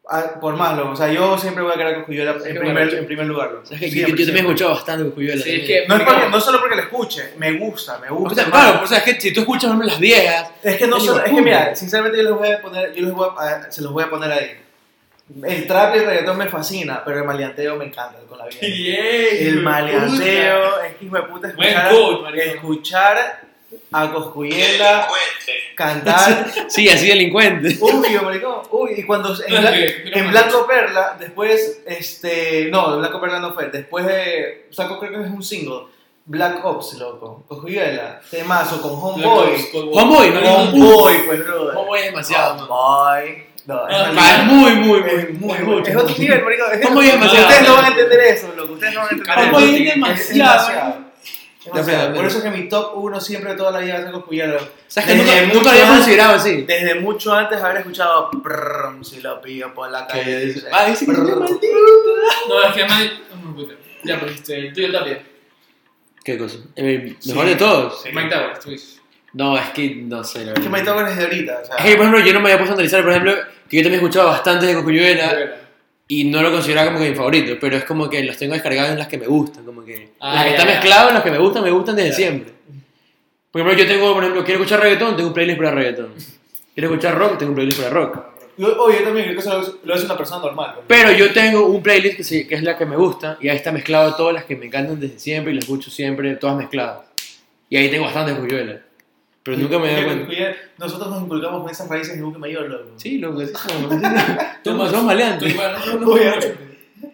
S1: a- por más, loco. O sea, yo siempre voy a quedar a Coscuyuela en
S2: Qué
S1: primer,
S2: bueno.
S1: en primer lugar. loco.
S3: ¿Sabes qué? yo,
S1: Siempre,
S3: yo también he
S1: siempre.
S3: escuchado bastante con Cuyuela.
S2: Sí, es
S3: también.
S2: que-
S1: No, es porque- no solo porque la escuche, me gusta, me
S3: O
S1: gusta.
S3: sea,
S1: hermano.
S3: claro, o sea, es que si tú escuchas hombre, las viejas,
S1: Es que no
S3: Yo
S1: solo, es
S3: digo,
S1: que
S3: "Pum".
S1: mira, sinceramente yo les voy a poner, yo les voy a, a- se los voy a poner ahí. El trap y el reggaetón me fascina, pero el maleanteo me encanta con
S2: [LAUGHS]
S1: la vida. El maleanteo, es que hijo de puta
S2: Buen
S1: escuchar,
S2: quote, marico.
S1: escuchar a Coscuyela
S4: Eh, Delincuente.
S1: cantar.
S3: sí, así delincuente.
S1: Uy, yo, marico, uy, y cuando en,
S2: No,
S1: Bla-
S2: es que-
S1: en Blanco Perla, después, este, no, en Blanco Perla no fue, después de, sacó creo que es un single, Black Ops, loco, Coscuyela, temazo con Homeboy,
S3: Homeboy, ¿no?
S1: Homeboy, pues, brother.
S2: Homeboy es demasiado. man.
S1: Homeboy, no,
S2: Ah,
S1: es
S3: Ah, Es
S1: maldito.
S3: muy, muy, muy,
S1: Es muy bueno. Es otro nivel, marico. Es
S3: Homeboy es
S1: ustedes
S3: demasiado.
S1: no van a entender eso, loco. Ustedes no van a entender eso.
S3: Homeboy es
S1: Es- es
S3: demasiado.
S1: Es demasiado.
S3: Ya, ya.
S1: Por eso es que mi top 1 siempre toda la vida va a ser Coscuyuelo.
S3: ¿Sabes que
S1: Desde
S3: nunca,
S1: mucho
S3: nunca lo había
S1: antes-
S3: considerado así?
S1: Desde mucho antes haber escuchado prrrm, si lo pillo por la calle. dice,
S3: Ah, dice que
S1: prrrm.
S2: No, es que me. oh, puta. Ya, pues, este, el tuyo Tapia.
S3: ¿Qué cosa? El Eh, mejor de todos.
S2: Mike Towers, tú dices.
S3: No, es que no sé. la
S1: Es que
S3: verdad.
S1: me toco desde ahorita. o sea.
S3: Es que, por ejemplo, yo no me había puesto a analizar, por ejemplo, que yo también he escuchado bastante de
S1: Ah.
S3: Cocuyuela y no lo consideraba como que mi favorito, pero es como que los tengo descargados en las que me gustan, como que
S2: Ah,
S3: las que
S2: ya,
S3: están
S2: ya.
S3: mezclados, las que me gustan, me gustan desde siempre. Por ejemplo, yo tengo, por ejemplo, quiero escuchar reggaetón, tengo un playlist para reggaetón. Quiero escuchar rock, tengo un playlist para rock.
S1: Yo, oye, yo también creo que eso lo hace- lo hace una persona normal. ¿no?
S3: Pero yo tengo un playlist que, se- que es la que me gusta y ahí está mezclado todas las que me encantan desde siempre y las escucho siempre, todas mezcladas. Y ahí tengo bastantes joyuelas. Pero nunca me
S1: Porque
S3: doy cuenta.
S1: cuida- Nosotros nos inculcamos con esas raíces de buque mayor, loco.
S3: Sí, loco, es eso. [LAUGHS] Somos somos maleantes.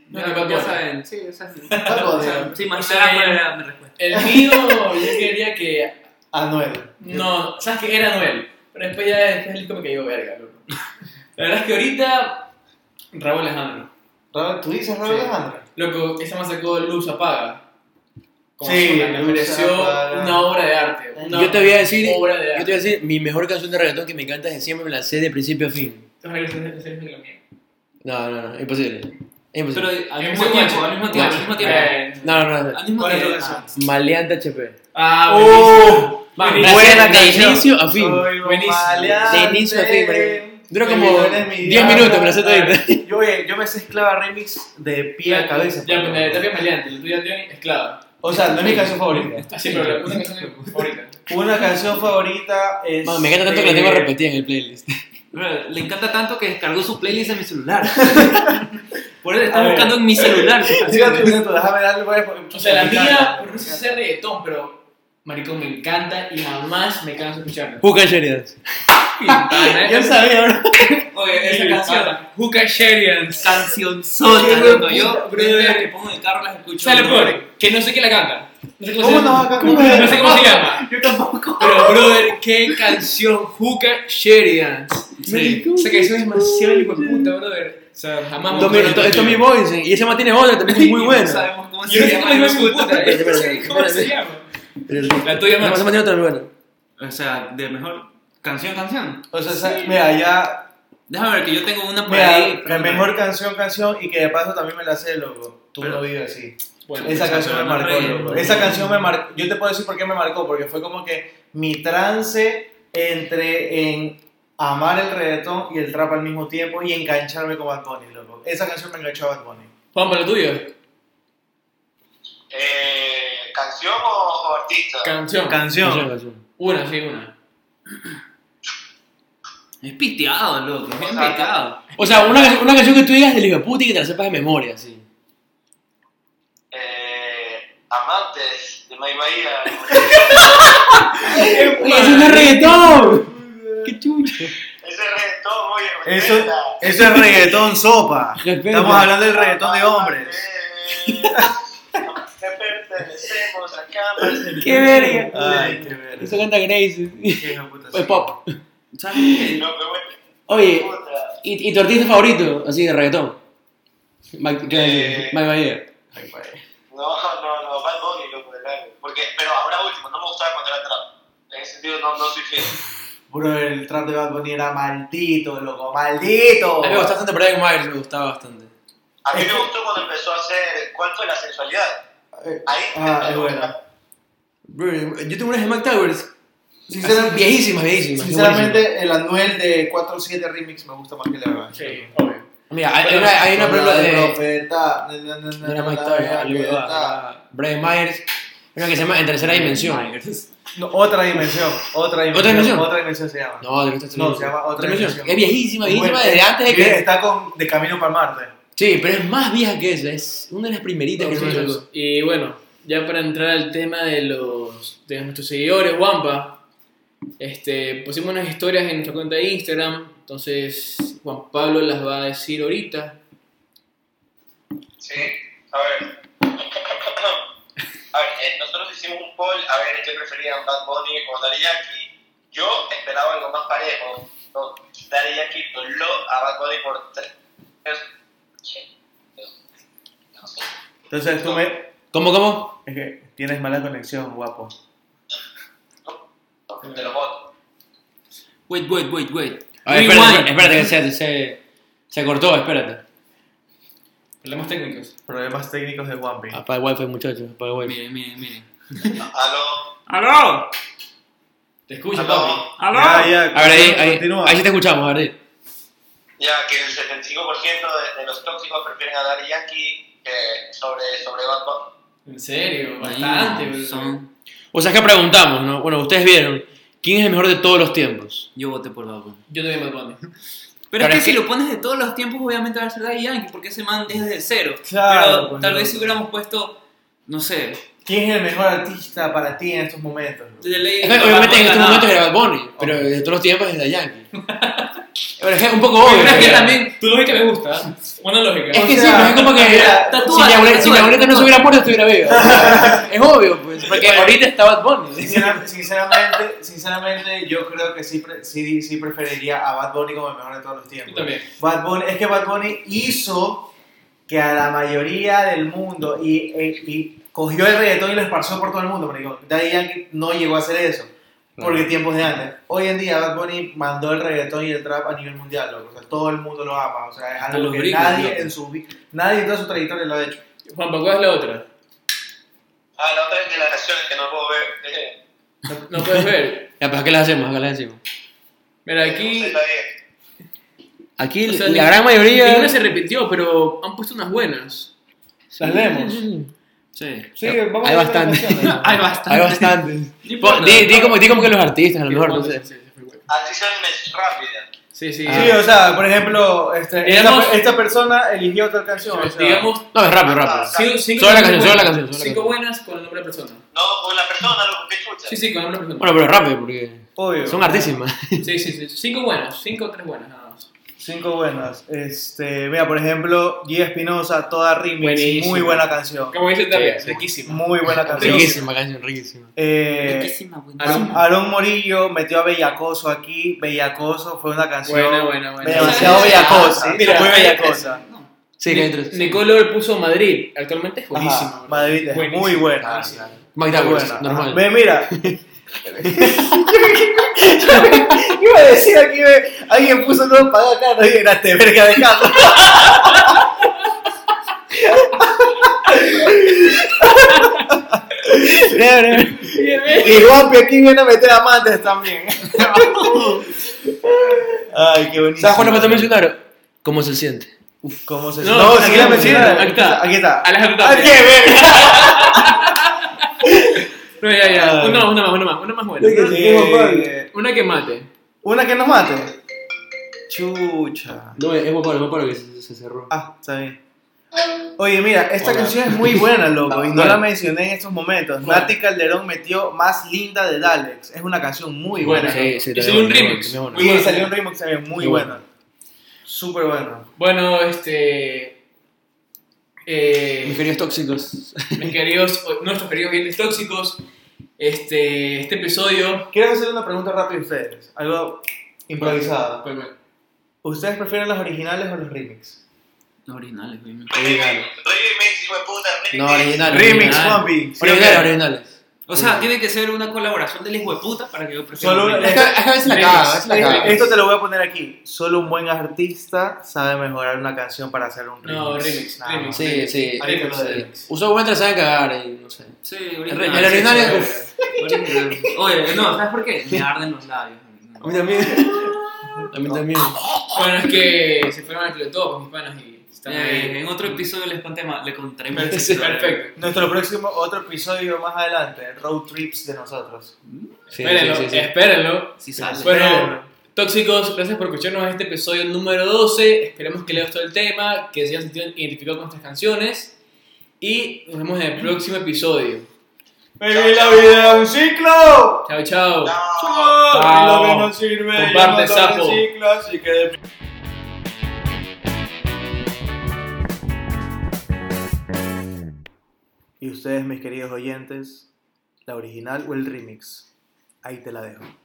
S2: No,
S5: Ya,
S2: no, Bad
S5: ya
S2: Bunny.
S5: saben, sí, esa es
S1: Bad Bunny.
S3: [LAUGHS]
S5: Sí, más
S2: Esa
S5: cuál
S2: es-
S5: era mi respuesta.
S2: El mío, yo quería que.
S1: Anuel.
S2: No, sabes que era Noel. Pero después ya después el disco me cayó verga, loco. La verdad es que ahorita. Raúl Alejandro.
S1: Raúl- ¿Tú dices Raúl
S2: Sí.
S1: Alejandro?
S2: Loco, esa más sacó Luz Apaga. Como
S1: Sí,
S2: sola, me
S1: Luz
S2: pareció
S1: Apaga.
S2: una obra de arte. una
S3: Yo te voy a decir, yo
S2: Obra de
S3: te voy
S2: arte.
S3: a decir, mi mejor canción de reggaetón que me encanta desde siempre me la sé de principio a fin.
S2: Ojalá que sea- sea la mía.
S3: No, no, no, imposible. Es
S5: Pero
S3: imposible.
S5: al
S2: En
S5: mismo
S2: ese
S5: tiempo,
S2: coche.
S5: al mismo tiempo, al mismo tiempo.
S2: Eh,
S3: No, no, no. no.
S5: Al mismo
S1: ¿Cuál es tu
S5: tiempo. Ah,
S1: canción?
S3: Maleante HP.
S2: Ah,
S1: ¡Oh!
S2: buenísimo.
S1: Buenísimo.
S3: Buena de
S2: canción.
S3: inicio a fin.
S1: Soy un
S2: Buenísimo.
S1: maleante,
S3: De inicio a fin, marico. Dura como
S1: millones, mi
S3: 10 minutos, me la sé
S1: diablo.
S3: todita.
S1: Yo, oye, yo me sé esclava remix de pie a
S2: Ya,
S1: cabeza. por
S2: pero la de
S1: favor.
S2: Tapia Maleante, la tuya Johnny, es clave.
S1: O sea, no es mi canción favorita.
S2: Ah, sí, pero la una canción es mi favorita.
S1: Una canción favorita es.
S3: Man, me encanta tanto que la tengo
S1: eh,
S3: repetida en el playlist.
S5: Bro, Le encanta tanto que descargó su playlist en mi [LAUGHS] celular. Por eso está
S1: A ver.
S5: buscando en mi celular. su
S1: Siga tu
S5: canción.
S1: minuto, déjame darle pues, voy a poner-
S2: O sea, la
S1: Me
S2: mía,
S1: encanta.
S2: por no sé si sea reggaetón, pero maricón me encanta y jamás me canso de escucharla. Ah,
S3: Juca Sheridan.
S5: Pana,
S3: sabía, bro.
S5: Oye, esa
S2: Y
S5: canción.
S2: pana, Hookah Sheridan.
S5: Canción
S1: Qué
S5: sota,
S1: buen
S5: loco. Yo,
S2: puta,
S5: yo
S2: brother.
S5: que pongo en el carro las escucho.
S2: ¿Sabes lo peor? Que no sé quién la canta. No sé cómo,
S1: ¿Cómo
S2: se
S1: no
S2: llama.
S1: va a cantar?
S2: No, no sé cómo se
S1: [LAUGHS]
S2: llama.
S1: Yo tampoco.
S2: Pero, brother, qué canción. Hookah Sheridan. Sí.
S3: Maricón,
S2: Esa canción es demasiado hijo de puta, brother. O sea, jamás me voy a
S3: Tommy-
S2: olvidar.
S3: Tommy Boysen. Y ese man tiene otra también que es muy
S5: No
S3: buena.
S5: sabemos cómo
S2: Yo
S5: se
S2: no sé
S5: llama.
S2: cómo
S5: hijo
S2: es
S1: [LAUGHS]
S5: de
S2: mi
S5: puta.
S2: puta. Yo
S3: espérate,
S2: no sé
S3: espérate,
S2: cómo se
S3: espérate.
S2: llama.
S3: La
S2: tuya, man.
S3: No, ese man tiene otra muy buena.
S5: O sea, de mejor canción, canción.
S1: O sea, esa- mira, ya.
S5: Déjame ver que yo tengo una por ahí.
S1: Mira, la mejor canción, canción, y que de paso también me la sé, loco. Tú
S5: Pero-
S1: no vives así.
S2: Bueno,
S1: Esa canción me
S5: pero no
S1: marcó,
S5: rey,
S1: loco.
S5: no
S1: Esa
S5: rey.
S1: canción me marcó. Yo te puedo decir por qué me marcó, porque fue como que mi trance entre en amar el reggaetón y el trap al mismo tiempo y engancharme con Bad Bunny, loco. Esa canción me enganchó a Bad Bunny.
S2: Juanpa, lo tuyo.
S4: Eh, ¿Canción o, o artista?
S2: Canción.
S1: Canción.
S2: Una, sí, una.
S5: Es piteado, loco. Es bien
S4: O sea,
S5: piteado.
S3: O sea, una, canción- una canción que tú digas del hijo de puta y que te la sepas de memoria, sí.
S4: Eh, Amantes de May Bahía.
S3: Oye, ¡Eso no es reggaetón! ¡Qué chucho!
S4: Ese reggaetón, oye,
S1: Eso,
S4: respeta.
S1: eso es reggaetón
S3: [LAUGHS]
S1: sopa.
S3: Respeta.
S1: Estamos hablando del reggaetón de hombres.
S4: Eh, Que pertenecemos a Campos.
S3: ¡Qué verga!
S1: Ay, qué verga.
S3: Eso canta Grace.
S1: Qué hijo de puta,
S3: Es
S1: sí.
S3: pop.
S5: ¿Sabes qué?
S4: No, qué bueno.
S3: Oye,
S4: Puta.
S3: ¿y, y tu artista favorito? Así de reggaetón. Mike, ¿qué vas a decir?
S4: Eh.
S3: Mike Bahía.
S1: Ay, padre.
S4: No, no, no, Bad Bunny, loco, de largo. Porque, pero ahora último, no me gustaba cuando era trap. En ese sentido, no, no soy fiel.
S1: Bro, el trap de Bad Bunny era maldito, loco. ¡Maldito!
S3: A mí me gustaba bastante, pero Eric Myers me gustaba bastante.
S4: A mí
S1: Es
S4: me
S1: que-
S4: gustó cuando empezó a hacer. ¿Cuál fue la sensualidad?
S1: Eh,
S4: Ahí.
S1: Ah,
S4: empezó
S1: es
S4: a
S1: buena.
S4: gustar.
S3: Bro, yo tengo unas de Mac Towers.
S1: Sinceramente-
S3: viejísimas, viejísimas.
S1: Sinceramente, el Anuel de 4-7 Remix me gusta más que la verdad.
S2: Sí, obvio.
S3: Mira, hay, hay una, hay una película de.
S1: Profeta.
S3: No era Mike Towers, era Lil Wayne, era Brian Myers. Una que se llama En Tercera Dimensión.
S1: No, otra dimensión. Otra dimensión.
S3: dimensión?
S1: Otra dimensión se llama.
S3: No, de verdad,
S1: No, se llama Otra Dimensión.
S3: Es viejísima,
S1: Bueno,
S3: viejísima desde antes de que.
S1: Está con, de camino para Marte.
S3: Sí, pero es más vieja que esa. Es una de las primeritas que se
S2: Sí,
S3: hizo.
S2: Y bueno, ya para entrar al tema de los de nuestros seguidores, Wampa, este, pusimos unas historias en nuestra cuenta de Instagram, entonces Juan Pablo las va a decir ahorita.
S4: Sí, a ver. A ver, eh, nosotros hicimos un poll a ver qué preferían Bad Bunny o Daddy Yankee. Yo esperaba algo más parejo. No, Daddy Yankee dobló a Bad Bunny por tres. No sé.
S1: Entonces tú me.
S3: ¿Cómo, cómo?
S1: Es que tienes mala conexión, guapo.
S4: Te lo voto.
S5: Wait, wait, wait, wait.
S3: A ver,
S5: Rewind.
S3: espérate, espérate, que se, se, se cortó, espérate.
S2: Problemas técnicos.
S1: Problemas técnicos de Juanpi.
S3: Apaga el wifi, muchachos, apaga el wifi.
S5: Miren, miren, miren.
S4: Aló.
S5: ¡Aló!
S2: Te escucho, papi.
S4: Aló.
S5: ¡Aló!
S1: Ya, ya.
S3: A ver, ahí, ahí,
S1: Continúa.
S3: ahí sí te escuchamos, a ver.
S4: Ya que el 75% de, de los tóxicos prefieren a Daddy Yankee eh, sobre, sobre Bad Bunny.
S2: En serio, bastante. bro.
S5: Son-
S3: O sea, es que preguntamos, ¿no? Bueno, ustedes vieron, ¿quién es el mejor de todos los tiempos?
S5: Yo voté por Bad Bunny.
S2: Yo también Bad Bunny.
S3: Pero
S5: Pero, es que
S3: es
S5: si
S3: que-
S5: lo pones de todos los tiempos, obviamente va a ser Daddy Yankee, porque ese man es de cero.
S1: Claro,
S5: Pero
S1: pues,
S5: tal
S1: no.
S5: vez si hubiéramos puesto, no sé,
S1: ¿Quién es el mejor artista para ti en estos momentos? loco?
S5: The Lady
S3: Es que,
S5: Gaga,
S3: obviamente en este
S5: Bad
S3: estos
S5: Bunny,
S3: momentos
S5: nada.
S3: era Bad Bunny, pero de todos los tiempos es de Yankee.
S2: [LAUGHS]
S3: Pero es que es un poco obvio.
S2: Pero es que
S3: pero-
S2: también, tu lógica me gusta. ¿ah? Buena lógica.
S3: Es
S1: O
S3: que sí,
S1: sea,
S3: pero es como que
S1: mira,
S3: si
S5: tatúa,
S3: mi abuelita, si mi
S5: tatúa,
S3: abuelita no
S5: tatúa.
S3: se hubiera muerto, estuviera
S2: [LAUGHS]
S3: viva. es obvio, pues, porque ahorita está Bad Bunny.
S1: Sinceram- Sinceramente, sinceramente, yo creo que sí, pre- sí, sí preferiría a Bad Bunny como el mejor de todos los tiempos.
S2: Yo también.
S1: Bad Bunny, es que Bad Bunny hizo que a la mayoría del mundo y, eh, y cogió el reggaetón y lo esparció por todo el mundo. Pero Daddy Yankee no llegó a hacer eso. Porque tiempos de antes. Hoy en día Bad Bunny mandó el reggaetón y el trap a nivel mundial, loco. O sea, todo el mundo lo ama. O sea, es
S5: Hasta
S1: algo
S5: los
S1: que
S5: gringos,
S1: nadie
S5: loco.
S1: en su vi- nadie en toda su trayectoria lo ha hecho.
S2: Juan, ¿cuál es la otra?
S4: Ah, la otra es que las canciones que no puedo ver. eh,
S2: No puedes ver.
S3: [LAUGHS] Ya, pues, ¿qué le hacemos? ¿Qué le hacemos?
S2: Mira,
S4: no sé,
S2: aquí.
S4: [LAUGHS]
S3: [LAUGHS]
S4: está bien.
S3: Aquí
S2: o sea,
S3: la
S2: ni-
S3: gran mayoría.
S2: Ninguna se repitió, pero han puesto unas buenas.
S1: Las vemos.
S5: Sí.
S1: Sí, vamos
S3: Hay
S1: a ver las
S3: bastante.
S1: canciones, loco.
S5: Hay bastante.
S3: Hay bastantes.
S2: [LAUGHS] Ni
S3: Po-
S2: importa.
S3: Di, di como, di como que los artistas, a lo
S2: Sí,
S3: mejor, no
S2: Juan,
S3: sé. Ah.
S2: sí, sí, fue bueno.
S4: Así son las rápidas.
S2: Sí, sí.
S1: Sí, o sea, por ejemplo, este,
S2: Ah. Digamos-
S1: esta, esta persona eligió otra canción. o sea,
S2: Digamos,
S3: No, es rápido, rápido.
S4: Ah,
S2: cinco, cinco
S3: Solo
S2: canciones
S3: la canción, solo la
S2: buenas.
S3: canción, solo la
S2: Cinco
S3: canción.
S2: buenas con el nombre de persona.
S4: No, con la persona, loco, que chucha.
S2: Sí, sí, con el nombre de persona.
S3: Bueno, pero rápido, porque
S1: obvio.
S3: son artísimas.
S2: Sí, sí, sí. Cinco buenas, cinco o tres buenas nada más.
S1: Cinco buenas. Este, mira, por ejemplo, Gia Espinosa, toda remix,
S2: Buenísimo.
S1: muy buena canción.
S2: Como dice Tapia,
S3: Sí, sí.
S2: riquísima.
S1: Muy buena canción.
S3: Riquísima canción, riquísima.
S1: Eh,
S5: Riquísima,
S3: Ah,
S1: Aarón-
S5: buenísima.
S1: Aarón Morillo metió a Bellacoso aquí. Bellacoso fue una canción
S2: Buena, buena, buena.
S1: demasiado
S5: Esa-
S1: bellacosa.
S5: esa-
S2: mira,
S1: muy bellacosa.
S3: Sí, que hay tres.
S2: Nicolor puso Madrid. Actualmente es buenísima.
S1: Ajá, Madrid es
S2: Buenísima. Ah,
S1: muy buena.
S2: Buenísima.
S3: Mike
S1: Muy
S3: Towers,
S1: buena.
S3: normal.
S1: Ve, mira. ¿Qué iba a decir aquí? Ve? Alguien puso no paga acá, no llegaste, verga de carro. Y Guapi aquí viene a meter amantes también. Ay, qué buenísimo.
S3: ¿Sabes cuándo me mencionaron? ¿Cómo se siente?
S1: ¿Cómo se
S2: No,
S1: No,
S2: aquí
S1: aquí
S2: la
S1: la
S2: mencionaron.
S1: mencionaron.
S2: Aquí está.
S1: Aquí está.
S2: Alejandro
S1: Ah,
S2: Tapia.
S1: qué verga.
S2: No, ya, ya.
S3: Ah.
S1: Ay.
S2: Una más, una más, una más, una más buena.
S1: Creo que sí, compadre.
S2: Una que mate.
S1: Una que nos mate. Chucha.
S3: No, es Guaparo, es Guaparo que se, se cerró.
S1: Ah, está bien. Oye, mira, esta canción es muy buena, loco, y no
S3: Bueno.
S1: la mencioné en estos momentos.
S2: Bueno.
S1: Nati Calderón metió Más Linda de Dalex. Es una canción muy buena.
S2: Buena.
S3: sí, sí,
S2: Y
S3: también
S2: salió un remix.
S3: buena, también buena.
S2: Muy
S1: Y
S2: buena.
S1: salió un remix también muy
S3: Muy bueno.
S1: bueno. Súper bueno.
S2: Bueno, este.
S3: Mis
S2: Eh,
S3: queridos tóxicos.
S2: mis queridos, o- nuestros queridos clientes tóxicos, este, este episodio.
S1: Quiero hacer una pregunta rápida a ustedes. Algo improvisado.
S2: Bueno, bueno.
S1: ¿Ustedes prefieren los originales o los remix?
S5: Los originales, obviamente.
S3: Original.
S4: Remix, hijo de puta, remix.
S3: No, original.
S1: Remix,
S3: original.
S1: Juanpi. Sí,
S3: Originales,
S1: ok.
S3: originales.
S5: O sea, tiene que ser una colaboración del hijo de puta para que yo prefiera.
S1: Solo
S5: los
S1: una-
S3: Es
S5: originales.
S3: que es que a veces la caga, a veces la caga.
S1: Esto te lo voy a poner aquí. Solo un buen artista sabe mejorar una canción para hacer un remix.
S2: No, remix,
S1: Nada
S2: remix.
S1: más.
S3: Sí, sí.
S1: Ahí te lo
S3: sí.
S1: dejo.
S3: Uso buen trazado de cagar, y no sé.
S5: Sí,
S3: El
S5: original.
S3: original
S5: sí,
S3: es-
S5: sí, original. Oye, no, ¿sabes por qué? Me arden los labios.
S3: A mí también. A mí también.
S2: Bueno, es que se fueron al todo con mis panas y estamos
S5: Eh,
S2: ahí.
S5: en otro episodio les conté más, le contaré más.
S2: Perfecto. Perfecto.
S1: Nuestro próximo, otro episodio más adelante, road trips de nosotros.
S3: Sí,
S2: espérenlo,
S3: sí, sí, sí.
S2: espérenlo.
S5: Si sale.
S2: Bueno, tóxicos, gracias por escucharnos este episodio número 12. Esperemos que les gustó el tema, que se hayan sentido identificados con estas canciones. Y nos vemos en el próximo episodio.
S1: ¡Baby, la vida es un ciclo!
S2: Chao, chao.
S4: No.
S1: ¡Chao!
S2: Chao.
S1: Lo que no sirve, ya
S2: Comparte,
S1: no
S2: sapo.
S1: corre ciclo, así que de Y ustedes, mis queridos oyentes, la original o el remix, ahí te la dejo.